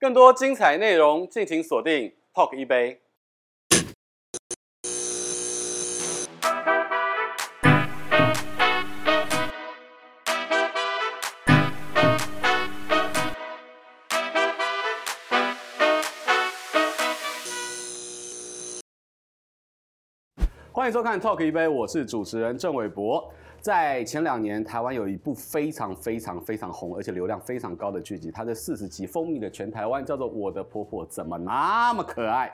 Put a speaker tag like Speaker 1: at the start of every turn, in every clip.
Speaker 1: 更多精彩内容，敬请锁定 Talk 一杯。欢迎收看 Talk 一杯，我是主持人郑伟博。在前两年，台湾有一部非常非常非常红，而且流量非常高的剧集，它的四十集风靡了全台湾，叫做《我的婆婆怎么那么可爱》。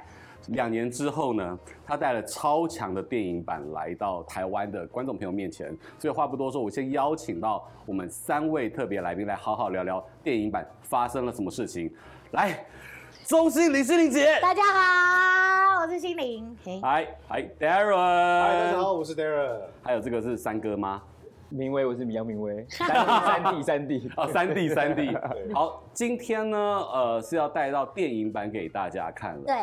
Speaker 1: 两年之后呢，她带了超强的电影版来到台湾的观众朋友面前。所以话不多说，我先邀请到我们三位特别来宾来好好聊聊电影版发生了什么事情。来，中心林心玲姐，
Speaker 2: 大家好，我是心灵。嘿，
Speaker 1: 嗨嗨
Speaker 3: 嗨，大家
Speaker 1: ，Darren，
Speaker 3: 好，我是 Darren。
Speaker 1: 还有这个是三哥吗？
Speaker 4: 明威，我是米阳 明威，三 D 三 D
Speaker 1: 哦，三 D 三 D
Speaker 3: 对。
Speaker 1: 好，今天呢，呃，是要带到电影版给大家看了。
Speaker 2: 对，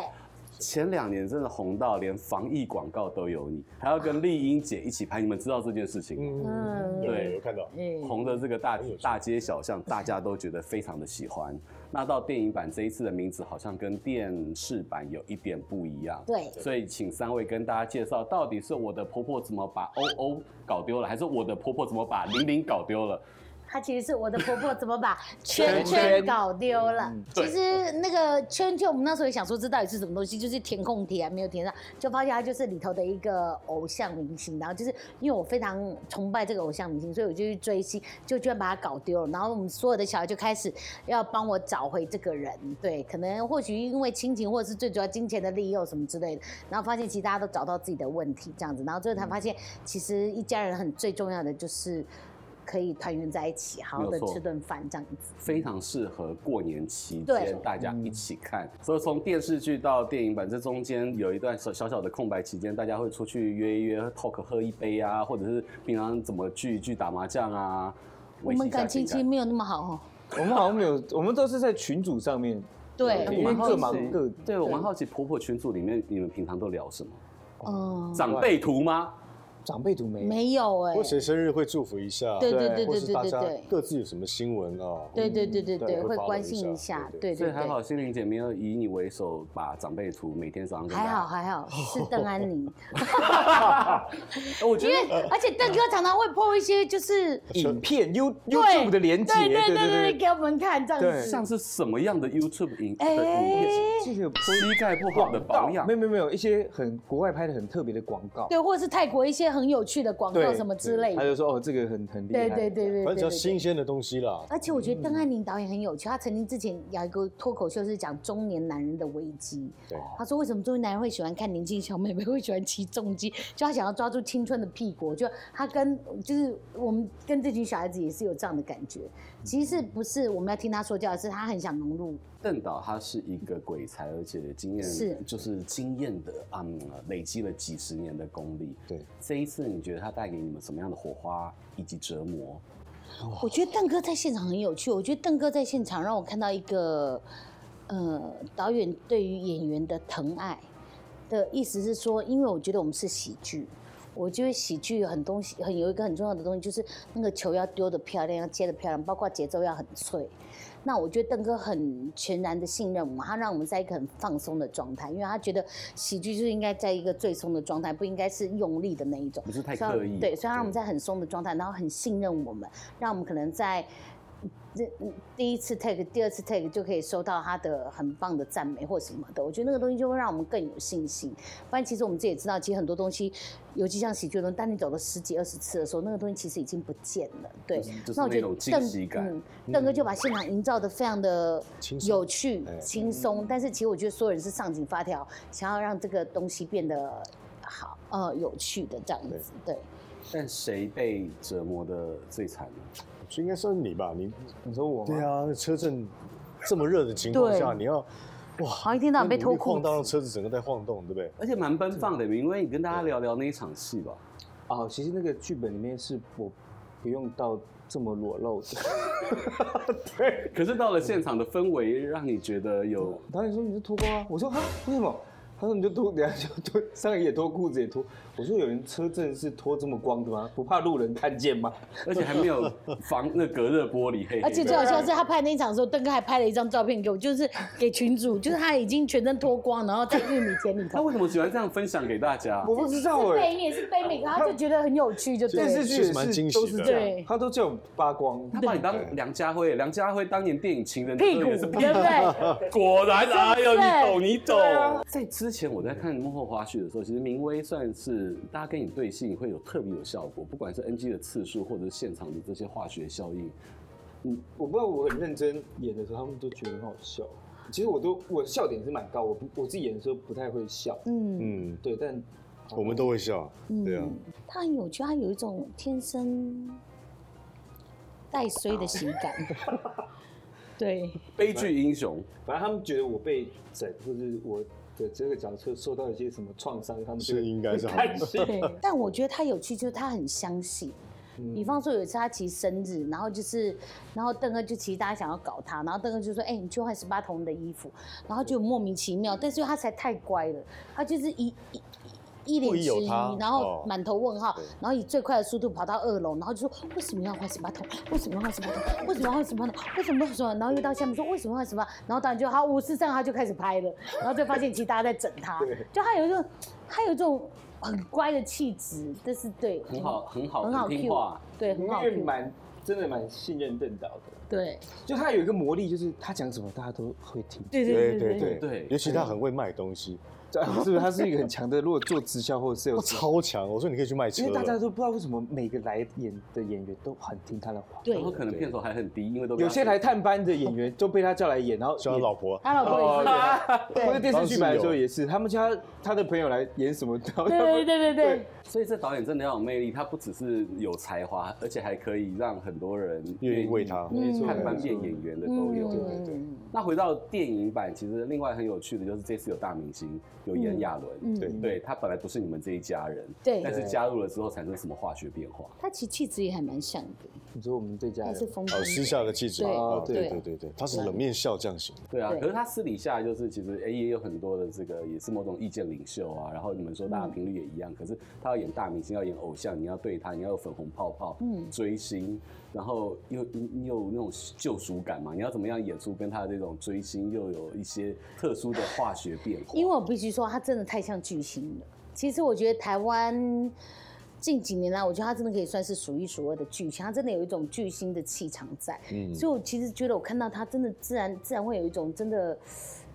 Speaker 1: 前两年真的红到连防疫广告都有你，还要跟丽英姐一起拍，你们知道这件事情吗？
Speaker 2: 嗯
Speaker 3: 有
Speaker 1: 对
Speaker 3: 有有看到，
Speaker 2: 嗯，
Speaker 1: 红的这个大
Speaker 3: 很有趣
Speaker 1: 大街小巷，大家都觉得非常的喜欢。那到电影版这一次的名字好像跟电视版有一点不一样，
Speaker 2: 对，
Speaker 1: 所以请三位跟大家介绍，到底是我的婆婆怎么把欧欧搞丢了，还是我的婆婆怎么把玲玲搞丢了？
Speaker 2: 她其实是我的婆婆，怎么把圈嗯圈搞丢了？
Speaker 1: 对
Speaker 2: 其实那个圈圈，我们那时候也想说这到底是什么东西，就是填空题还没有填上，就发现它就是里头的一个偶像明星。然后就是因为我非常崇拜这个偶像明星，所以我就去追星，就居然把它搞丢了。然后我们所有的小孩就开始要帮我找回这个人，对，可能或许因为亲情，或者是最主要金钱的利诱什么之类的。然后发现其实大家都找到自己的问题，这样子，然后最后才发现，其实一家人很最重要的就是可以团圆在一起，好好
Speaker 1: 没
Speaker 2: 的
Speaker 1: 有错
Speaker 2: 吃顿饭这样子。
Speaker 1: 非常适合过年期
Speaker 2: 对
Speaker 1: 间大家一起看。所以从电视剧到电影版，这中间有一段小小小的空白期间，大家会出去约一约，talk 喝一杯啊，或者是平常怎么聚一聚打麻将啊。
Speaker 2: 我
Speaker 1: 维系
Speaker 2: 们
Speaker 1: 一下
Speaker 2: 感
Speaker 1: 情
Speaker 2: 情其实没有那么好哦。
Speaker 4: 我们好像没有，我们都是在群组上面，
Speaker 2: 对，
Speaker 1: 对
Speaker 4: 因
Speaker 1: 我
Speaker 4: 为
Speaker 1: 们
Speaker 4: 各忙各。
Speaker 1: 对我蛮好奇，婆婆群组里面你们平常都聊什么？
Speaker 2: 嗯，
Speaker 1: 长辈图吗？
Speaker 4: 长辈图没有，
Speaker 2: 没有哎
Speaker 3: 或，谁生日会祝福一下，
Speaker 2: 对对
Speaker 4: 对
Speaker 2: 对
Speaker 3: 或
Speaker 2: 对
Speaker 3: 是
Speaker 2: 对
Speaker 3: 大
Speaker 2: 对
Speaker 3: 家
Speaker 2: 对。
Speaker 3: 各自有什么新闻啊？
Speaker 2: 嗯对对对对
Speaker 3: 对
Speaker 2: 对，
Speaker 3: 会
Speaker 2: 会
Speaker 3: follow
Speaker 2: 关
Speaker 3: 一
Speaker 2: 心一
Speaker 3: 下
Speaker 2: 下，对
Speaker 3: 对
Speaker 1: 所
Speaker 2: 对
Speaker 1: 以还好，
Speaker 2: 对，
Speaker 1: 心灵姐没有以你为首，把长辈图每天早上跟大
Speaker 2: 还
Speaker 1: 家
Speaker 2: 好。还 好，是邓安 妮，
Speaker 1: 呃我觉
Speaker 2: 因
Speaker 1: 得
Speaker 2: 为而且邓哥常常会 po 一些 就是
Speaker 4: 影片 You
Speaker 2: 对
Speaker 4: YouTube 的连接，
Speaker 2: 对对对对对，给我们看这样
Speaker 4: 对
Speaker 2: 子
Speaker 1: 像。是什么样的 YouTube 影的
Speaker 2: 哎
Speaker 1: 影片？
Speaker 4: 这个
Speaker 1: 膝盖不好的保养
Speaker 4: 没，有没有没有，一些很国外拍的很特别的广告，
Speaker 2: 对，或者是泰国一些很有趣的广告
Speaker 4: 对
Speaker 2: 什么之类
Speaker 4: 他
Speaker 2: 的。
Speaker 4: 就说哦，这个很很厉
Speaker 2: 对
Speaker 4: 害，
Speaker 2: 对对对，对
Speaker 3: 反正只要
Speaker 2: 对对
Speaker 3: 新鲜的东西啦。
Speaker 2: 而且我觉得邓爱玲导演很有趣，她曾经之前有一个脱口秀是讲中年男人的危机。
Speaker 3: 对
Speaker 2: 她说为什么中年男人会喜欢看年轻小妹妹，会喜欢骑重机，就她想要抓住青春的屁股。就她跟就是我们跟这群小孩子也是有这样的感觉。其实不是我们要听她说教，而是她很想融入。
Speaker 1: 邓导他是一个鬼才，而且经验
Speaker 2: 是
Speaker 1: 就是经验的，嗯，累积了几十年的功力。
Speaker 3: 对，
Speaker 1: 这一次你觉得他带给你们什么样的火花以及折磨？
Speaker 2: 我觉得邓哥在现场很有趣。我觉得邓哥在现场让我看到一个，呃，导演对于演员的疼爱的意思是说，因为我觉得我们是喜剧，我觉得喜剧有很东西，很有一个很重要的东西，就是那个球要丢得漂亮，要接得漂亮，包括节奏要很脆。那我觉得邓哥很全然的信任我们，他让我们在一个很放松的状态，因为他觉得喜剧就是应该在一个最松的状态，不应该是用力的那一种。
Speaker 1: 不是太
Speaker 2: 所以他
Speaker 1: 刻意，
Speaker 2: 对，所以他让我们在很松的状态，然后很信任我们，让我们可能在这第一次 take、第二次 take 就可以收到他的很棒的赞美或什么的。我觉得那个东西就会让我们更有信心。不然，其实我们自己也知道，其实很多东西，尤其像喜剧的东西，当你走了十几二十次的时候，那个东西其实已经不见了。对，
Speaker 1: 就是就是
Speaker 2: 那我觉
Speaker 1: 那
Speaker 2: 得
Speaker 1: 种惊
Speaker 2: 邓
Speaker 1: 喜感
Speaker 2: 嗯，邓哥就把现场营造的非常的
Speaker 3: 轻松
Speaker 2: 有趣
Speaker 3: 哎、
Speaker 2: 轻松，但是其实我觉得所有人是上紧发条，想要让这个东西变得好呃有趣的这样子。对。
Speaker 1: 但谁被折磨的最惨呢？
Speaker 3: 所以应该算是你吧？你
Speaker 4: 你说我
Speaker 3: 对
Speaker 4: 吗？
Speaker 3: 啊，车震这么热的情况下，
Speaker 2: 对
Speaker 3: 你要哇，
Speaker 2: 好像一天到晚被脱裤
Speaker 3: 晃荡，让
Speaker 2: 子
Speaker 3: 车子整个在晃动，对不对？
Speaker 1: 而且蛮奔放的，因为你跟大家聊聊那一场戏吧。
Speaker 4: 哦，其实那个剧本里面是我不用到这么裸露的。
Speaker 1: 可是到了现场的氛围，让你觉得有
Speaker 4: 导演说你是脱光啊，我说哈，为什么？他说你就脱，等下就脱上衣也脱，裤子也脱。我说有人车震是脱这么光的吗？不怕路人看 见吗？
Speaker 1: 而且还没有防那隔热玻璃黑黑的。
Speaker 2: 而且最好笑是他拍那一场的时候，邓哥还拍了一张照片给我，就是给群主，就是他已经全身脱光，然后在玉米田里
Speaker 1: 他
Speaker 2: 头。
Speaker 1: 为什么喜欢这样分享给大家？
Speaker 4: 我不知道
Speaker 2: 是
Speaker 4: 哎、
Speaker 2: 悲面是悲面，然后他就觉得很有趣，就
Speaker 4: 电视
Speaker 2: 对。
Speaker 4: 剧也
Speaker 3: 是蛮惊
Speaker 4: 是
Speaker 3: 喜的
Speaker 4: 都是这
Speaker 2: 对
Speaker 4: 样，他都叫我扒光。
Speaker 1: 他把你当梁家辉，梁家辉当年电影《情人》
Speaker 2: 屁股
Speaker 1: 也是
Speaker 2: 对不对？
Speaker 1: 果然，哎呦，你懂，你懂
Speaker 2: 对啊。
Speaker 1: 在之前我在看幕后花絮的时候，其实明威算是大家跟你对戏会有特别有效果，不管是 NG 的次数，或者是现场的这些化学效应。
Speaker 4: 嗯我不知道我很认真演的时候，他们都觉得很好笑。其实我都我的笑点是蛮高，我不我自己演的时候不太会笑，
Speaker 2: 嗯
Speaker 3: 嗯，
Speaker 4: 对，但呃
Speaker 3: 我们都会笑，对啊
Speaker 2: 嗯，，他很有趣，他有一种天生带衰的喜感。对，
Speaker 1: 悲剧英雄，
Speaker 4: 反正他们觉得我被整，或是我的这个角色受到一些什么创伤，他们就是
Speaker 3: 应该是好
Speaker 4: 开心。
Speaker 2: 对，但我觉得他有趣，就是他很相信。比方说有一次他骑生日，然后就是，然后邓哥就其实大家想要搞他，然后邓哥就说：“哎、你去换十八铜的衣服。”然后就莫名其妙，但是他才太乖了，他就是一一一一
Speaker 3: 故
Speaker 2: 脸
Speaker 3: 意有
Speaker 2: 迟疑
Speaker 3: 他，
Speaker 2: 然后
Speaker 3: 哦
Speaker 2: 满头问号
Speaker 3: 对，
Speaker 2: 然后以最快的速度跑到二楼，然后就说：“为什么要换十八铜？为什么要换十八铜？为什么要换十八铜？为什么为什么？”然后又到下面说：“为什么要换十八？”然后导演就好五四三，他就开始拍了，然后就发现其实大家在整 他
Speaker 4: 对，
Speaker 2: 就他有一种他有一种很乖的气质，这是对，
Speaker 1: 很好，很好，
Speaker 2: 嗯很好
Speaker 1: 很听
Speaker 2: Q，
Speaker 1: 话。
Speaker 2: 对，很好
Speaker 4: 因为
Speaker 2: Q，
Speaker 4: 蛮真的蛮信任邓导的，
Speaker 2: 对，
Speaker 4: 就他有一个魔力，就是他讲什么大家都会 听。
Speaker 2: 对
Speaker 3: 对
Speaker 2: 对
Speaker 3: 对
Speaker 2: 对
Speaker 3: 对
Speaker 2: 对，
Speaker 1: 对
Speaker 3: 尤其他很会卖东西，
Speaker 4: 对，是不是？他是一个很强的，如果做直销或者
Speaker 2: 哦
Speaker 3: 我
Speaker 4: sales，
Speaker 3: 超强，我说你可以去卖车
Speaker 4: 因为大家
Speaker 3: 了，
Speaker 4: 都不知道为什么每个来演的演员都很听他的话。
Speaker 2: 对
Speaker 1: 然后可能片酬还很低，因为都
Speaker 4: 有些来探班的演员都被他叫来演，然后哦
Speaker 3: 叫他
Speaker 4: 演
Speaker 3: 老婆，
Speaker 2: 他老 婆
Speaker 1: 哦
Speaker 2: 也是，
Speaker 4: 或者电视剧版的时
Speaker 3: 当
Speaker 4: 候
Speaker 3: 时有
Speaker 4: 也是，他们叫他他的朋友来演什么，然后他
Speaker 2: 对
Speaker 4: 们
Speaker 2: 对对对对，
Speaker 1: 所以这导演真的要有魅力，他不只是有才华，而且还可以让很多人
Speaker 3: 愿意为他
Speaker 2: 没错
Speaker 1: 看班
Speaker 4: 没错
Speaker 1: 变演员的都哦有。
Speaker 2: 嗯，
Speaker 1: 那回到电影版，其实另外很有趣的就是这次有大明星，有炎亚纶，
Speaker 2: 嗯
Speaker 3: 对
Speaker 1: 对他本来不是你们这一家人，
Speaker 2: 对
Speaker 1: 但是加入了之后产生什么化学变化？
Speaker 2: 他其实气质也还蛮像的，
Speaker 4: 你说我们这家
Speaker 2: 他
Speaker 4: 人
Speaker 2: 是风
Speaker 3: 哦，
Speaker 2: 风
Speaker 3: 私下的气
Speaker 2: 嗯
Speaker 3: 质，
Speaker 2: 对
Speaker 3: 哦对
Speaker 4: 对
Speaker 3: 对对对，他是冷面笑匠型，
Speaker 1: 对啊，
Speaker 2: 对
Speaker 1: 可是他私底下就是其实哎、也有很多的这个也是某种意见领袖啊，然后你们说
Speaker 2: 嗯
Speaker 1: 大家频率也一样，可是他要演大明星，要演偶像，你要对他，你要有粉红泡泡，嗯，
Speaker 2: 嗯
Speaker 1: 追星，然后又你你有那种救赎感嘛？你要怎么样演出跟他的这种追星又有一些特殊的化学变化？。
Speaker 2: 因为我必须说，他真的太像巨星了。其实我觉得台湾近几年来，我觉得他真的可以算是数一数二的巨星，他真的有一种巨星的气场在。
Speaker 3: 嗯
Speaker 2: 所以我其实觉得，我看到他真的自然自然会有一种真的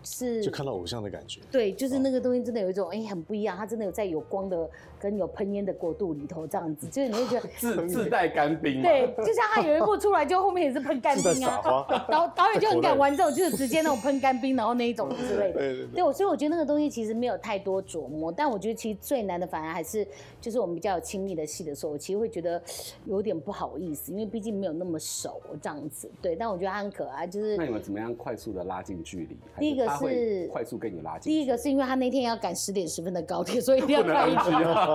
Speaker 2: 是
Speaker 3: 就看嗯到偶像的感觉，
Speaker 2: 对，就是那个东西真的有一种哎、很不一样，它真的有在有光的跟有喷烟的国度里头这样子，就是你会觉 得
Speaker 1: 自自带干冰嘛，
Speaker 2: 对，就像他有一幕出来，就后面也是喷干
Speaker 3: 是在
Speaker 2: 冰
Speaker 3: 撒
Speaker 2: 啊，
Speaker 3: 花，
Speaker 2: 导导演就很敢玩这种，就是直接那种喷干冰，然后那一种之类的。
Speaker 3: 对对对，
Speaker 2: 对，我所以我觉得那个东西其实没有太多琢磨，但我觉得其实最难的反而还是就是我们比较有亲密的戏的时候，我其实会觉得有点不好意思，因为毕竟没有那么熟这样子。对，但我觉得他很可爱，就是
Speaker 1: 那你们怎么样快速的拉近距离？还
Speaker 2: 第一个
Speaker 1: 他会
Speaker 2: 是
Speaker 1: 快速跟你拉近距离，
Speaker 2: 第一个是因为他那天要赶十点十分的高铁，所以一定要快一点。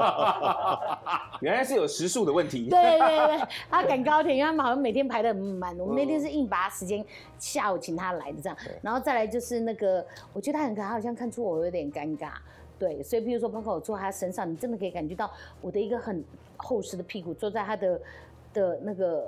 Speaker 4: 原来是有时数的问题。
Speaker 2: 对对对，他赶高铁，因为他们好像每天排的很满。我们那天是硬把他时间下午请他来的这样，然后再来就是那个，我觉得他很可爱，好像看出我有点尴尬。对，所以比如说，包括我坐他身上，你真的可以感觉到我的一个很厚实的屁股坐在他的的那个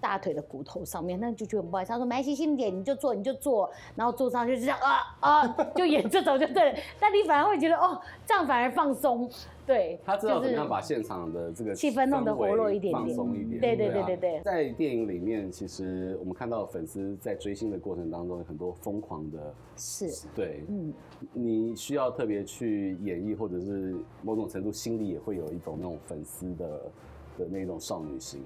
Speaker 2: 大腿的骨头上面，那就觉得很不好意思。他说：“没关系，轻点，你就坐，你就坐。”然后坐上去就这样啊啊，就演这种就对了。但你反而会觉得哦，这样反而放松。对，
Speaker 1: 他知道怎么样
Speaker 2: 就是
Speaker 1: 把现场的这个
Speaker 2: 气氛弄得活络一点点
Speaker 1: 氛围放松一点。
Speaker 2: 对对
Speaker 1: 啊
Speaker 2: 对对对
Speaker 1: 在电影里面，其实我们看到粉丝在追星的过程当中，有很多疯狂的，
Speaker 2: 是
Speaker 1: 对
Speaker 2: 嗯。
Speaker 1: 你需要特别去演绎，或者是某种程度心里也会有一种那种粉丝的的那种少女心，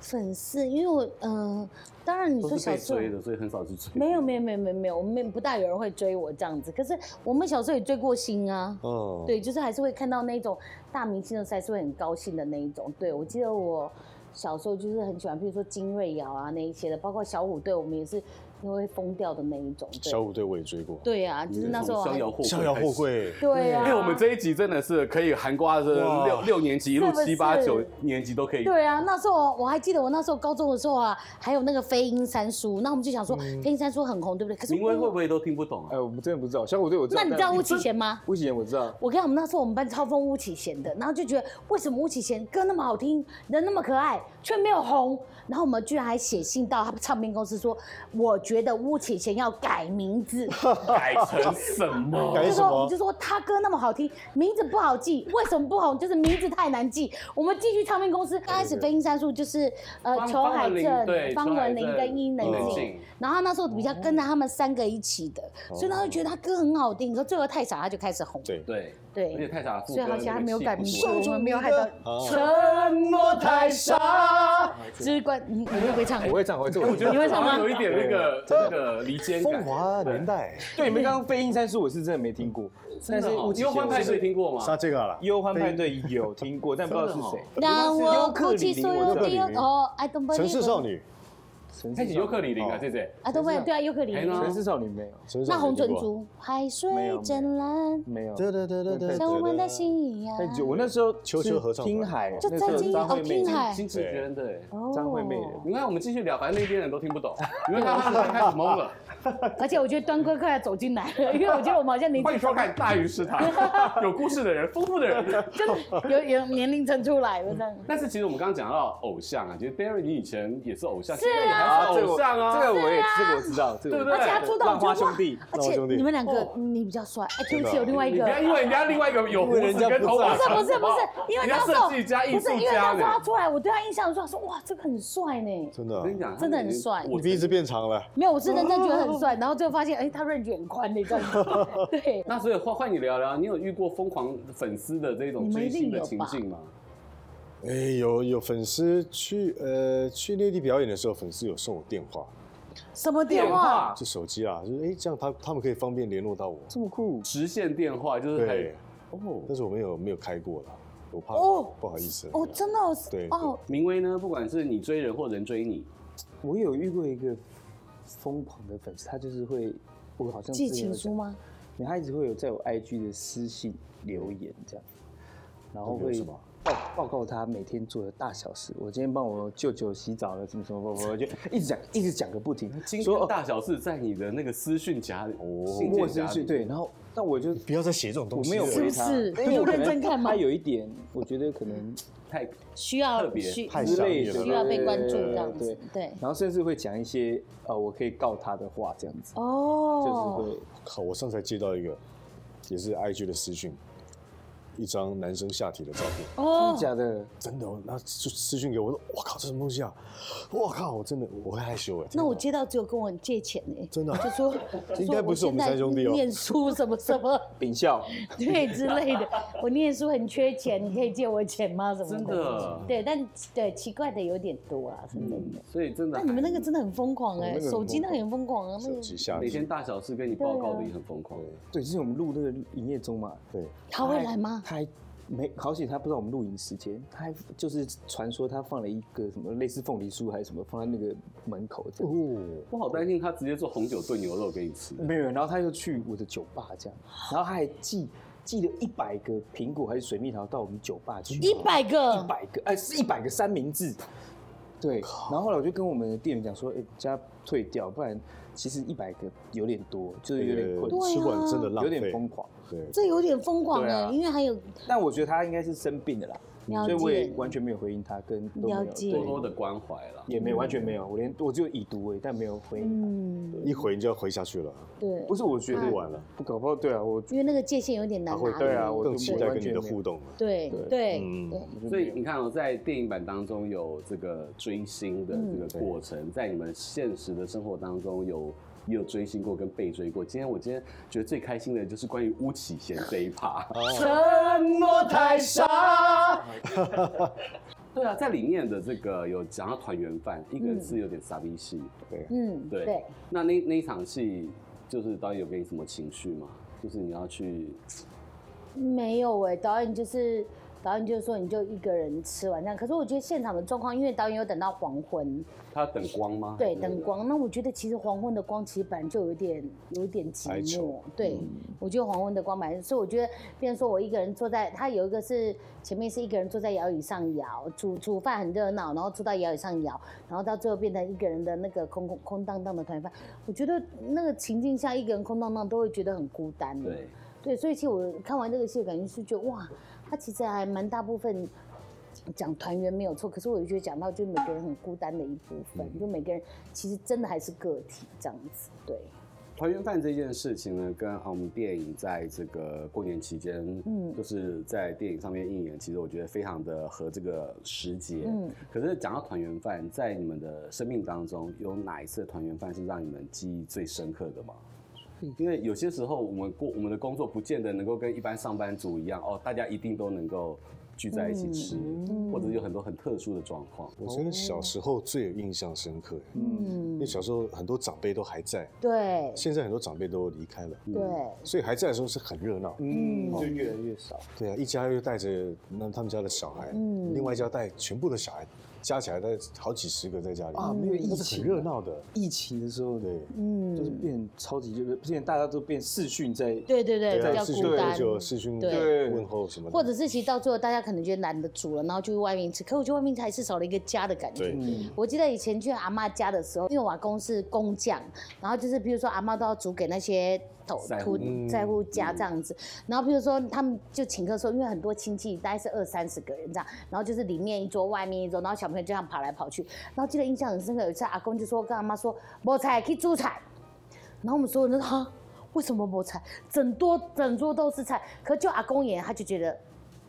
Speaker 2: 粉丝，因为我嗯、呃当然你
Speaker 1: 都
Speaker 2: 说
Speaker 1: 是
Speaker 2: 小
Speaker 1: 被
Speaker 2: 时候
Speaker 1: 追的，所以很少去追。
Speaker 2: 没有没有没有没有没有，我们不大有人会追我这样子，可是我们小时候也追过星啊。
Speaker 3: 嗯，
Speaker 2: 对，就是还是会看到那种大明星的时候，还是会很高兴的那一种。对我记得我小时候就是很喜欢，比如说金瑞瑶啊那一些的，包括小虎队，我们也是都会疯掉的那一种。
Speaker 3: 小
Speaker 2: 对，
Speaker 3: 虎队我也追过，
Speaker 2: 对啊，就是那时候
Speaker 1: 逍
Speaker 2: 还
Speaker 1: 遥货，
Speaker 3: 逍遥货。柜，
Speaker 2: 对啊，
Speaker 1: 哎，我们这一集真的是可以含瓜子，
Speaker 3: 哇
Speaker 1: 六六年级一路
Speaker 2: 是不是
Speaker 1: 七八九年级都可以。
Speaker 2: 对啊，那时候我还记得，我那时候高中的时候啊，还有那个飞鹰三叔，那我们就想说，飞鹰三叔很红，对不对？可是
Speaker 1: 明威
Speaker 2: 我
Speaker 1: 会不会都听不懂啊？
Speaker 4: 哎，我们真的不知道，小虎队我知道。
Speaker 2: 那你知道巫启贤吗？
Speaker 4: 巫启贤我知道，
Speaker 2: 我跟你讲，我们那时候我们班超疯巫启贤的，然后就觉得为什么巫启贤歌那么好听，人那么可爱，却没有红？然后我们居然还写信到他们唱片公司说，我觉得巫启贤要改名字，
Speaker 1: 改成什 么？
Speaker 3: 改
Speaker 2: 就
Speaker 3: 什
Speaker 2: 说我
Speaker 3: 么
Speaker 2: 们就？说他歌那么好听，名字不好记，为什么不红？就是名字太难记。我们继续唱片公司，刚开始飞鹰三树就是呃
Speaker 1: 方
Speaker 2: 裘
Speaker 1: 方
Speaker 2: 海
Speaker 1: 文琳对
Speaker 2: 正、方文琳
Speaker 1: 裘海正
Speaker 2: 跟伊能
Speaker 3: 伊能
Speaker 2: 静
Speaker 1: 静，
Speaker 2: 然后他那时候比较跟着他们三个一起的，所以他就觉得他歌很好听。可是最后太傻，他就开始红。
Speaker 3: 哦对，
Speaker 1: 对，
Speaker 2: 对
Speaker 1: 而且太傻了，
Speaker 2: 所以好像还没有改名字，
Speaker 1: 副歌
Speaker 2: 我们没有害到。
Speaker 1: 那个气不足。沉默太傻，
Speaker 2: 只是关，你你会不会唱？
Speaker 4: 我会唱，我会唱。
Speaker 1: 我觉得
Speaker 2: 你会唱吗
Speaker 1: 好像有一点那个那个离间
Speaker 3: 风
Speaker 1: 感。
Speaker 3: 华年代，
Speaker 4: 对你们刚刚飞鹰三叔，我是真的哦没听过，但
Speaker 1: 但
Speaker 4: 是
Speaker 1: 是
Speaker 4: 巫启
Speaker 1: 忧
Speaker 4: 贤
Speaker 1: 欢派对听过吗？
Speaker 3: 杀这个啦，
Speaker 4: 忧欢派对有听过，但不知道是谁。
Speaker 2: 让哦我哭泣所有的忧
Speaker 3: 尤克里里
Speaker 2: 哦，I don't believe。
Speaker 3: 城市少，女，
Speaker 4: 城
Speaker 1: 开启尤克里里啊，这这。
Speaker 2: I don't believe，对啊，尤克里
Speaker 1: 哎
Speaker 2: 里。
Speaker 1: 那
Speaker 4: 城市少女没有，
Speaker 3: 城市少
Speaker 2: 那
Speaker 3: 女
Speaker 2: 红唇
Speaker 3: 听过啊，
Speaker 2: 族，海
Speaker 4: 没有
Speaker 2: 水
Speaker 4: 没
Speaker 2: 湛蓝，
Speaker 4: 没有。
Speaker 3: 对对对对对，
Speaker 2: 像我们的信仰。
Speaker 4: 太久，我那时候
Speaker 3: 秋秋合唱团
Speaker 4: 听海，
Speaker 2: 就
Speaker 4: 那
Speaker 2: 在
Speaker 4: 时
Speaker 2: 今
Speaker 4: 候
Speaker 2: 天
Speaker 4: 张惠
Speaker 2: 哦，
Speaker 4: 妹
Speaker 2: 听海，
Speaker 1: 金志娟对。
Speaker 2: 哦
Speaker 4: 张惠妹的
Speaker 1: 你看，我们继续聊，反正那边人都听不懂，你们看他们开始懵了。
Speaker 2: 而且我觉得端哥快要走进来了，因为我觉得我们好像年
Speaker 1: 欢迎
Speaker 2: 纪
Speaker 1: 收看《大鱼食堂》，有故事的人，丰富的人。
Speaker 2: 真的有有年龄层出来了这样。
Speaker 1: 但是其实我们刚刚讲到偶像啊，其实 Darry 你以前也是偶像，
Speaker 2: 是
Speaker 1: 现在也还
Speaker 4: 啊，
Speaker 1: 是
Speaker 4: 这个
Speaker 1: 偶
Speaker 4: 我
Speaker 1: 像啊。
Speaker 4: 这个我也这个我知道，这个
Speaker 1: 对
Speaker 4: 我知道
Speaker 1: 不
Speaker 2: 而
Speaker 1: 对
Speaker 2: 且他出道，
Speaker 4: 浪
Speaker 2: 我
Speaker 4: 花
Speaker 2: 觉得哇
Speaker 4: 兄弟，
Speaker 2: 而
Speaker 3: 浪花
Speaker 2: 且
Speaker 3: 兄弟
Speaker 2: 你们两个
Speaker 1: 哦
Speaker 2: 你比较帅，哎，对不起，有另外一
Speaker 1: 你
Speaker 2: 个
Speaker 1: 不。要因为人家另外一个有胡子跟头发
Speaker 2: 不是不是不是，因为
Speaker 1: 人
Speaker 2: 那
Speaker 1: 家
Speaker 2: 时候
Speaker 1: 设计家、艺
Speaker 2: 不
Speaker 1: 术
Speaker 2: 是因为
Speaker 1: 家
Speaker 2: 那时候他
Speaker 1: 呢。
Speaker 2: 出来，我对他印象说，说哇，这个很帅呢。
Speaker 3: 真的
Speaker 1: 我
Speaker 3: 啊，
Speaker 1: 跟你讲，
Speaker 2: 真的很帅
Speaker 1: 我
Speaker 3: 你鼻子变长了，
Speaker 2: 没有，我是认真觉得很帅，然后最后发现，哎，他 range 很宽的，这样子。对，
Speaker 1: 那所以换换你聊聊，你有遇过疯狂粉丝的这种
Speaker 2: 你们
Speaker 1: 追
Speaker 2: 一定
Speaker 1: 星的
Speaker 2: 有
Speaker 1: 情
Speaker 2: 吧
Speaker 1: 境吗？
Speaker 3: 哎，有有粉丝去呃去内地表演的时候，粉丝有送我电话，
Speaker 2: 什么电话？
Speaker 3: 就手机啊，就是哎这样他他们可以方便联络到我，
Speaker 4: 这么酷，
Speaker 1: 直线电话就是
Speaker 3: 对
Speaker 1: 很，哦。
Speaker 3: 但是我没有没有开过啦，我怕
Speaker 2: 哦
Speaker 3: 不好意思，
Speaker 2: 哦，真的哦
Speaker 3: 对
Speaker 2: 哦，
Speaker 1: 明威呢，不管是你追人或人追你，
Speaker 4: 我有遇过一个疯狂的粉丝，他就是会，我好像
Speaker 2: 寄
Speaker 4: 之前有
Speaker 2: 情书
Speaker 4: 讲
Speaker 2: 吗？
Speaker 4: 没有他一直会有在我 IG 的私信留言这样，然后
Speaker 3: 都有
Speaker 4: 会
Speaker 3: 什么
Speaker 4: 报报告他每天做的大小事。我今天帮我舅舅洗澡了，什么什么，我就一直讲，一直讲个不停。
Speaker 1: 今
Speaker 4: 说
Speaker 1: 天大小事在你的那个私讯夹里，信
Speaker 4: 哦陌
Speaker 1: 件
Speaker 4: 生
Speaker 1: 夹
Speaker 4: 是
Speaker 1: 里，
Speaker 4: 对，然后但我就
Speaker 3: 不要再写这种东
Speaker 4: 我
Speaker 3: 西
Speaker 4: 没
Speaker 3: 了，
Speaker 4: 有
Speaker 2: 是不
Speaker 4: 回他，
Speaker 2: 是
Speaker 4: 但因为
Speaker 2: 你有
Speaker 4: 我可能
Speaker 2: 认真看吗
Speaker 4: 他有一点，我觉得可能
Speaker 1: 太
Speaker 2: 需要
Speaker 1: 特别
Speaker 2: 需
Speaker 3: 太
Speaker 4: 之
Speaker 3: 想
Speaker 4: 类
Speaker 3: 念
Speaker 4: 的
Speaker 3: 了
Speaker 2: 需要被关注
Speaker 4: 对
Speaker 2: 这样子
Speaker 4: 对，
Speaker 2: 对。
Speaker 4: 然后甚至会讲一些呃，我可以告他的话这样子，就
Speaker 2: 哦，
Speaker 4: 是会
Speaker 3: 靠，我上次才接到一个，也是 IG 的私讯，一张男生下体的照片，
Speaker 4: 真的
Speaker 2: 哦，
Speaker 4: 假的？
Speaker 3: 真的，哦那就私讯给我，我说我靠，这什么东西啊？我靠，我真的我会害羞哎。
Speaker 2: 那我接到只有跟我借钱呢，
Speaker 3: 真的啊
Speaker 2: 就说
Speaker 3: 这应该不是我们
Speaker 2: 说
Speaker 3: 三兄弟哦
Speaker 2: 我现在念书什么什么，
Speaker 4: 秉孝，
Speaker 2: 对之类的，我念书很缺钱，你可以借我钱吗？什么
Speaker 1: 真
Speaker 4: 啊
Speaker 1: 的
Speaker 2: 对，但对奇怪的有点多啊，真的。
Speaker 1: 所以真的
Speaker 2: 那
Speaker 1: 还，
Speaker 2: 你们那个真的很疯狂
Speaker 4: 我
Speaker 2: 哎，
Speaker 4: 嗯那个很
Speaker 2: 手机
Speaker 4: 疯
Speaker 2: 那个也很疯狂啊，那
Speaker 3: 手
Speaker 2: 个
Speaker 3: 机下
Speaker 1: 每
Speaker 3: 体
Speaker 1: 天，大小事跟你报告的也很疯狂。
Speaker 4: 对，啊就是我们录那个营业中嘛，
Speaker 3: 对，
Speaker 2: 他会来吗？
Speaker 4: 他还没，好险他不知道我们录影时间，他还就是传说他放了一个什么类似凤梨酥还是什么放在那个门口这样子。
Speaker 3: 哦，
Speaker 1: 我好担心他直接做红酒炖牛肉给你吃，
Speaker 4: 没有，然后他又去我的酒吧这样，然后他还寄寄了一百个苹果还是水蜜桃到我们酒吧去，
Speaker 2: 一百
Speaker 4: 一
Speaker 2: 个，
Speaker 4: 百个，哎，是一百个三明治。对，然后后来我就跟我们的店员讲说，哎、加退掉，不然其实一百个有点多，就是有点困
Speaker 2: 对，啊
Speaker 3: 吃完真的浪
Speaker 4: 有
Speaker 3: 费，
Speaker 4: 点疯狂。
Speaker 3: 对，
Speaker 2: 这有点疯狂
Speaker 4: 对
Speaker 2: 哎，
Speaker 4: 啊
Speaker 2: 因为还有
Speaker 4: 但我觉得他应该是生病的啦，
Speaker 2: 了
Speaker 4: 所以我也
Speaker 2: 解
Speaker 4: 完全没有回应他，跟都没有
Speaker 2: 了解
Speaker 1: 多
Speaker 4: 对
Speaker 1: 多的关怀了。
Speaker 4: 也没有完全没有，我连我只有已读而已，但没有回应他。
Speaker 2: 嗯，
Speaker 3: 一回你就要回下去了，
Speaker 2: 对
Speaker 4: 不，是，我觉得
Speaker 3: 录完了，
Speaker 4: 不搞不好对啊，我
Speaker 2: 因为那个界限有点难
Speaker 3: 他会
Speaker 2: 拿
Speaker 4: 对啊
Speaker 2: 捏
Speaker 4: 我
Speaker 3: 更
Speaker 4: 就
Speaker 3: 期
Speaker 4: 没
Speaker 3: 待
Speaker 4: 完
Speaker 3: 跟你
Speaker 4: 全
Speaker 3: 的
Speaker 4: 没
Speaker 3: 互动了。
Speaker 2: 对
Speaker 4: 对
Speaker 2: 对
Speaker 3: 嗯
Speaker 2: 对，
Speaker 4: 我就
Speaker 1: 所以
Speaker 4: 没有
Speaker 1: 你看哦，在电影版当中有这个追星的这个过程，在你们现实的生活当中有也有追星过跟被追过。今天我今天觉得最开心的就是关于巫启贤这一趴， 沉默太傻。对啊，在里面的这个有讲到团圆饭，一个人是有点傻逼戏，
Speaker 3: 对，
Speaker 2: 嗯
Speaker 1: 对。
Speaker 2: 对。
Speaker 1: 那那那一场戏，就是导演有给你什么情绪吗？就是你要去
Speaker 2: 没有哎、导演就是导演就说你就一个人吃完这样。可是我觉得现场的状况，因为导演有等到黄昏，
Speaker 1: 他等光吗？
Speaker 2: 对，等光。那我觉得其实黄昏的光其实本来就有一点有一点寂
Speaker 3: 哀
Speaker 2: 寞
Speaker 3: 愁，
Speaker 2: 对，我觉得黄昏的光本来，所以我觉得，比如说我一个人坐在，他有一个是前面是一个人坐在摇椅上摇，煮煮饭很热闹，然后坐到摇椅上摇，然后到最后变成一个人的那个空空空荡荡的团圆饭。我觉得那个情境下，一个人空荡荡都会觉得很孤单。
Speaker 1: 对，
Speaker 2: 对，所以其实我看完这个戏，的感觉是觉得哇，他其实还蛮大部分讲团圆没有错，可是我就觉得讲到就是每个人很孤单的一部分，
Speaker 3: 嗯
Speaker 2: 就每个人其实真的还是个体这样子。对，
Speaker 1: 团圆饭这件事情呢，跟啊我们电影在这个过年期间，嗯，
Speaker 2: 嗯
Speaker 1: 就是在电影上面映演，其实我觉得非常的合这个时节。嗯
Speaker 2: 嗯，
Speaker 1: 可是讲到团圆饭，在你们的生命当中，有哪一次团圆饭是让你们记忆最深刻的吗？因为有些时候我们过我们的工作不见得能够跟一般上班族一样哦，大家一定都能够聚在一起吃，或者有很多很特殊的状况。
Speaker 3: 我觉得小时候最有印象深刻，欸因
Speaker 2: 嗯
Speaker 3: 为，小时候很多长辈都还在，
Speaker 2: 对
Speaker 3: 现在很多长辈都离开了，
Speaker 2: 对，
Speaker 3: 所以还在的时候是很热闹。
Speaker 4: 嗯，就越来越少。
Speaker 3: 对啊，一家又带着那他们家的小孩，
Speaker 2: 嗯
Speaker 3: 另外一家带全部的小孩，加起来大概好几十个在家里
Speaker 4: 啊没有疫
Speaker 3: 那是
Speaker 4: 情
Speaker 3: 很热闹的。
Speaker 4: 疫情的时候，
Speaker 3: 对，
Speaker 4: 就是
Speaker 2: 哦嗯，
Speaker 4: 变超级热，变大家都变视讯在，
Speaker 2: 对对对，比
Speaker 3: 啊，
Speaker 2: 较
Speaker 3: 视
Speaker 2: 孤
Speaker 3: 讯
Speaker 2: 单。
Speaker 3: 就视讯
Speaker 2: 对
Speaker 3: 问候什么的，
Speaker 2: 或者是其实到最后大家可能觉得懒得煮了，然后就去外面吃。可我觉得外面还是少了一个家的感觉
Speaker 3: 对。
Speaker 4: 嗯，
Speaker 2: 我记得以前去阿嬷家的时候，因为我阿公是工匠，然后就是比如说阿嬷都要煮给那些头
Speaker 1: 在乎
Speaker 2: 土
Speaker 3: 嗯
Speaker 2: 在户家这样子，然后比如说他们就请客的时候，因为很多亲戚大概是二三十个人这样，然后就是里面一桌，外面一桌，然后小朋友就这样跑来跑去，然后记得印象很深刻，有一次阿公就说跟阿妈说，没菜去煮菜，然后我们所有人都说哈，为什么没菜？整桌整桌都是菜，可就阿公爷他就觉得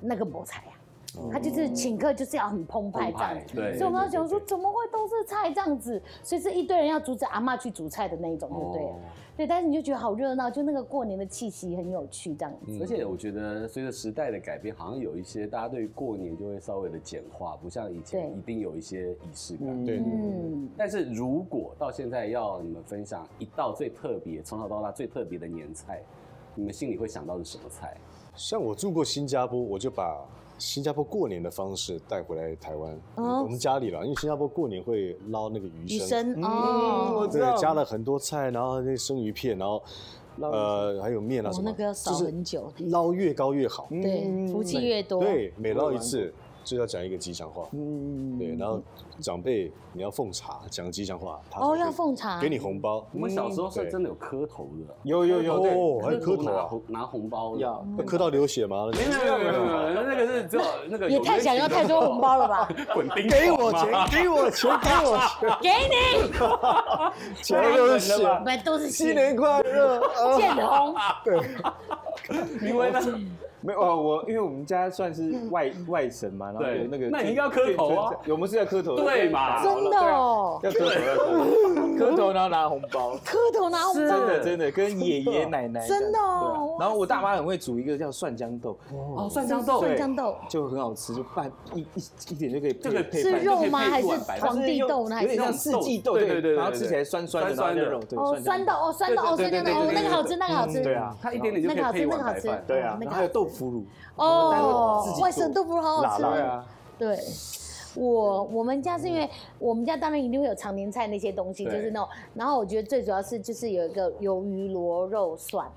Speaker 2: 那个没菜呀、他就是请客就是要很澎湃这样子，
Speaker 1: 对，
Speaker 2: 所以我们要
Speaker 1: 对
Speaker 2: 想说，
Speaker 1: 对
Speaker 2: 怎么会都是菜这样子？所以是一堆人要阻止阿嬷去煮菜的那一种，就对了。
Speaker 1: 哦
Speaker 2: 对，但是你就觉得好热闹，就那个过年的气息很有趣，这样子。
Speaker 1: 而且我觉得随着时代的改变，好像有一些大家对于过年就会稍微的简化，不像以前
Speaker 2: 对
Speaker 1: 一定有一些仪式感。
Speaker 4: 嗯
Speaker 3: 对
Speaker 2: 嗯，
Speaker 1: 但是如果到现在要你们分享一道最特别，从小到大最特别的年菜，你们心里会想到是什么菜？
Speaker 3: 像我住过新加坡，我就把新加坡过年的方式带回来台湾，
Speaker 2: 哦
Speaker 3: 我们家里了，因为新加坡过年会捞那个鱼
Speaker 2: 余
Speaker 3: 生，
Speaker 2: 生
Speaker 4: 我
Speaker 2: 哦，
Speaker 4: 知
Speaker 3: 对
Speaker 4: 道，
Speaker 3: 加了很多菜，然后那生鱼片，然后呃还有面啊
Speaker 2: 我
Speaker 3: 什么，
Speaker 2: 哦那个要扫
Speaker 3: 就是
Speaker 2: 很久，
Speaker 3: 捞越高越好，
Speaker 2: 嗯
Speaker 4: 嗯
Speaker 2: 对，福气越多，
Speaker 3: 对，每捞一次就要讲一个吉祥话，
Speaker 4: 嗯，
Speaker 3: 对，然后长辈你要奉茶，讲吉祥话，他
Speaker 2: 哦，
Speaker 3: 才
Speaker 2: 要
Speaker 3: 会
Speaker 2: 奉茶，
Speaker 3: 给你红包，
Speaker 1: 我们小时候是
Speaker 2: 嗯
Speaker 3: 对
Speaker 1: 真的有磕头的，
Speaker 4: 有有有，对，
Speaker 3: 嗯哦，还有磕头
Speaker 1: 拿
Speaker 3: 啊，
Speaker 1: 红拿红包的。
Speaker 4: 要
Speaker 3: 那磕到流血吗？
Speaker 1: 没有没有没有没有，没有那个是只有那个
Speaker 2: 也太想要太多红包了吧？
Speaker 1: 滚钉
Speaker 3: 给我钱，给我钱，给我钱，
Speaker 2: 给你，
Speaker 3: 全都是血，
Speaker 2: 我们都是
Speaker 3: 新
Speaker 2: 新
Speaker 3: 年快乐！ 啊
Speaker 2: 见红，
Speaker 1: 因为呢，
Speaker 4: 没有哦，我因为我们家算是
Speaker 2: 嗯
Speaker 4: 外外省嘛，然后
Speaker 1: 对
Speaker 4: 有那个，
Speaker 1: 那你应该要磕头啊
Speaker 4: 对，我们是要磕头的，
Speaker 1: 对嘛
Speaker 4: 对啊
Speaker 2: 真的哦，
Speaker 4: 要磕头，要 磕头，磕头然后拿红包，
Speaker 2: 磕头拿红
Speaker 4: 真
Speaker 2: 包，
Speaker 4: 的真的跟爷爷奶奶这样
Speaker 2: 真的哦
Speaker 4: 对啊
Speaker 2: 哇
Speaker 4: 然后我大妈很会煮一个叫蒜姜豆，
Speaker 1: 哦，蒜姜豆，
Speaker 2: 蒜姜豆
Speaker 4: 就很好吃，就拌一一一点就可以配
Speaker 1: 这个
Speaker 4: 配
Speaker 2: 是
Speaker 4: 饭。
Speaker 2: 肉吗？
Speaker 1: 就可
Speaker 2: 还
Speaker 1: 以配一
Speaker 2: 是
Speaker 1: 碗白饭
Speaker 2: 皇帝豆呢？还
Speaker 4: 有
Speaker 2: 是
Speaker 4: 点像四季豆，
Speaker 1: 对对对对
Speaker 4: 然后吃起来酸酸的，
Speaker 1: 酸酸的
Speaker 4: 然后就肉，对，
Speaker 2: 哦，酸豆
Speaker 4: 豆，
Speaker 2: 哦，酸豆哦，
Speaker 4: 对
Speaker 2: 酸
Speaker 4: 对
Speaker 2: 豆
Speaker 4: 对对
Speaker 2: 哦，
Speaker 4: 对
Speaker 2: 那个好
Speaker 4: 对
Speaker 2: 吃，那个好吃，
Speaker 4: 对啊，
Speaker 1: 它一点点就可
Speaker 2: 那个
Speaker 1: 以
Speaker 2: 好
Speaker 1: 配一
Speaker 2: 吃，那
Speaker 1: 碗
Speaker 2: 个好
Speaker 1: 白
Speaker 2: 吃，
Speaker 1: 饭。
Speaker 4: 对啊，
Speaker 2: 那
Speaker 4: 然
Speaker 2: 个
Speaker 4: 后还有
Speaker 2: 好
Speaker 4: 豆
Speaker 2: 吃
Speaker 4: 腐乳，
Speaker 2: 哦
Speaker 4: 自己，做
Speaker 2: 外省豆腐好好吃，
Speaker 3: 辣辣
Speaker 4: 对啊，
Speaker 2: 对。我我们家是因为我们家当然一定会有常年菜那些东西，就
Speaker 1: 对
Speaker 2: 是那种。然后我觉得最主要是就是有一个鱿鱼螺肉蒜，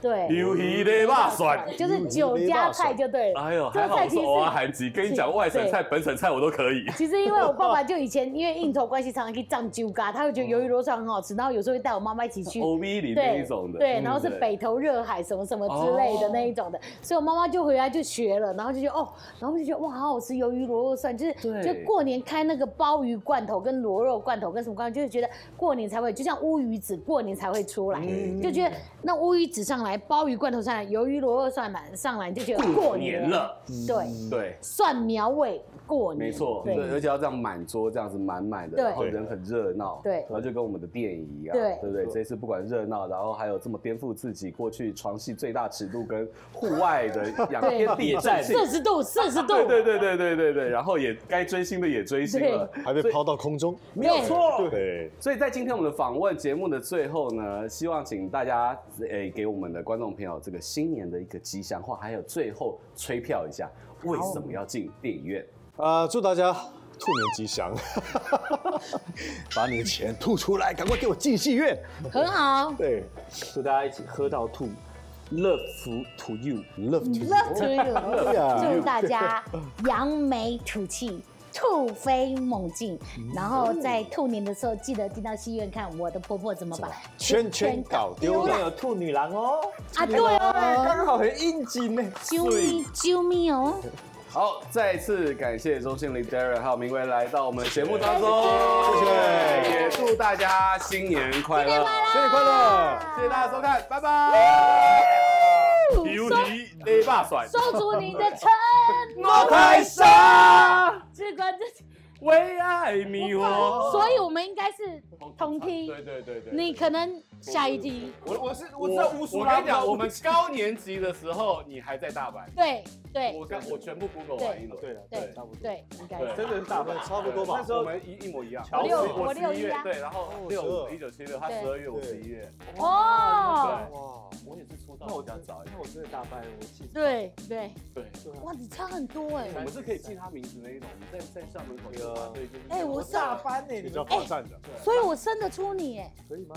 Speaker 2: 对，
Speaker 1: 鱿鱼的肉蒜。
Speaker 2: 就是酒家菜就对了。
Speaker 1: 哎呦，
Speaker 2: 这
Speaker 1: 还
Speaker 2: 个
Speaker 1: 好
Speaker 2: 菜
Speaker 1: 我
Speaker 2: 其
Speaker 1: 是
Speaker 2: 实
Speaker 1: 偶尔韩籍，跟你讲外省菜、本省菜我都可 以。
Speaker 2: 其实因为我爸爸就以前因为应酬关系，常常去藏酒家，他会觉得鱿鱼螺蒜很好吃，然后有时候会带我妈妈一起去
Speaker 1: O V 哦里那一种的，
Speaker 2: 对，
Speaker 1: 嗯
Speaker 2: 然后是北投热海什么什么之类的
Speaker 1: 哦
Speaker 2: 那一种的，所以我妈妈就回来就学了，然后就觉得哦，然后就觉得哇，好好吃鱿鱼螺肉蒜，就是
Speaker 1: 对
Speaker 2: 就过年开那个鲍鱼罐头跟螺肉罐头跟什么罐头，就是觉得过年才会，就像乌鱼子过年才会出来，
Speaker 1: 嗯
Speaker 2: 就觉得那乌鱼子上来，鲍鱼罐头上来，鱿鱼螺肉蒜来上来，你就觉得过
Speaker 1: 过年，了，
Speaker 2: 对，
Speaker 1: 对。
Speaker 2: 蒜苗味过年，
Speaker 1: 没错，对，
Speaker 2: 对。
Speaker 1: 而且要这样满桌，这样子满满的，
Speaker 2: 对
Speaker 1: 然后人很热闹，
Speaker 2: 对
Speaker 1: 然后就跟我们的电影一样，
Speaker 2: 对
Speaker 1: 对不对？这一次不管热闹，然后还有这么颠覆自己过去床戏最大尺度跟户外的仰天地战性，
Speaker 2: 四十度，四十度，
Speaker 1: 对对对对对对对，然后也该追星的也追星了，
Speaker 3: 还被抛到空中，
Speaker 1: 没有错。
Speaker 3: 对，
Speaker 1: 所以在今天我们的访问节目的最后呢，希望请大家诶、给我们的观众朋友这个新年的一个吉祥话，还有最后吹票一下，为什么要进电影院？
Speaker 3: 啊、祝大家兔年吉祥， 把你的钱吐出来，赶快给我进戏院。
Speaker 2: 很好
Speaker 3: 对
Speaker 4: 和大家一起喝到吐，Love to you。
Speaker 3: ，Love to you。
Speaker 2: ，Love to
Speaker 3: Love
Speaker 2: you，
Speaker 3: to you
Speaker 2: 祝大家扬眉吐气。突飞猛进，然后在兔年的时候，记得进到戏院看《我的婆婆怎么把
Speaker 3: 圈圈搞丢
Speaker 4: 因为
Speaker 3: 了，
Speaker 4: 有兔女郎哦，
Speaker 2: 啊！对哦，
Speaker 4: 刚好很应景呢。
Speaker 2: 啾咪啾咪哦，
Speaker 1: 好，再次感谢中信林 Darren 还有明威来到我们的节目当中，
Speaker 3: 谢谢
Speaker 1: 对也祝大家新年快乐，
Speaker 3: 新年快乐！
Speaker 1: 谢谢大家收看，拜拜。
Speaker 2: 收
Speaker 1: 勒霸甩，
Speaker 2: 收足你的 承
Speaker 1: 莫
Speaker 2: 诺，
Speaker 1: 开杀，
Speaker 2: 这个这，
Speaker 1: 为爱迷惑。
Speaker 2: 所以我们应该是同梯，
Speaker 1: 对对对对。
Speaker 2: 你可能下一梯，
Speaker 4: 我我是
Speaker 1: 我
Speaker 4: 我知道乌苏
Speaker 1: 我
Speaker 4: 拉
Speaker 1: 跟你讲，我们高年级的时候，你还在大阪。
Speaker 2: 对对
Speaker 1: 我刚我全部 Google 完一轮。
Speaker 4: 对了，
Speaker 2: 对对，应该
Speaker 1: 对
Speaker 2: 是
Speaker 4: 真的是大阪
Speaker 3: 差不多吧
Speaker 1: 那时候我们一一模一样。
Speaker 4: 我六
Speaker 1: 我
Speaker 2: 我
Speaker 1: 十
Speaker 2: 六
Speaker 1: 一
Speaker 2: 一
Speaker 1: 月
Speaker 2: 啊，
Speaker 1: 对，然后
Speaker 3: 哦
Speaker 1: 六
Speaker 3: 12
Speaker 1: 五一九七六，他
Speaker 2: 对
Speaker 1: 十二月，我
Speaker 3: 对
Speaker 1: 十一月。
Speaker 2: 哦，
Speaker 3: 哇，
Speaker 1: 我也是出道
Speaker 4: 那我
Speaker 1: 比较
Speaker 4: 真
Speaker 1: 早一
Speaker 4: 那
Speaker 1: 点。
Speaker 4: 我真的大班，我其实
Speaker 2: 对对，
Speaker 1: 对，啊
Speaker 2: 哇，你差很多哎
Speaker 1: 我，们是可以记他名字那一种，你在在校门口就把对啊就是。
Speaker 2: 哎我
Speaker 4: 我大班呢，
Speaker 3: 比
Speaker 4: 你
Speaker 3: 较
Speaker 4: 们
Speaker 3: 发散的，
Speaker 2: 所以我生得出你哎，
Speaker 4: 可以吗？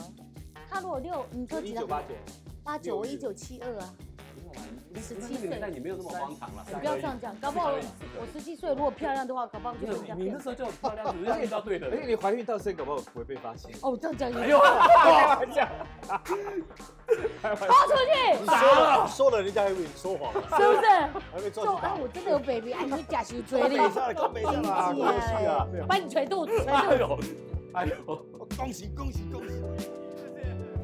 Speaker 2: 他如果六，你就
Speaker 4: 一
Speaker 2: 几
Speaker 4: 九
Speaker 2: 张？
Speaker 4: 八九，
Speaker 2: 八九，我一九七二啊，
Speaker 1: 十七岁，但你没有那么荒唐了。
Speaker 2: 你不要这样讲，搞不好我十七岁如果漂亮的话，搞不好
Speaker 1: 没
Speaker 2: 就是
Speaker 1: 有
Speaker 2: 这样
Speaker 1: 你
Speaker 2: 变
Speaker 1: 那。时候就很漂亮，只是遇到对的
Speaker 4: 而且
Speaker 1: 人。
Speaker 4: 你怀孕到生，搞不好不会被发现。
Speaker 2: 哦，这样讲
Speaker 1: 哎
Speaker 2: 也
Speaker 1: 呦，
Speaker 4: 开玩笑，啊
Speaker 2: 抛出去
Speaker 3: 你，说了说了，人家还以为你说谎了，
Speaker 2: 是不是？
Speaker 3: 还没抓
Speaker 2: 说哎，
Speaker 3: 紧打。
Speaker 2: 我真的有 baby，哎，你会假修嘴
Speaker 3: 看
Speaker 2: 里
Speaker 3: 没，下了，看没下了啊，恭喜啊！
Speaker 2: 把你捶肚子，捶肚
Speaker 1: 哎
Speaker 2: 子。
Speaker 1: 呦，哎呦。
Speaker 3: 啊恭喜恭喜恭喜！
Speaker 1: 谢谢。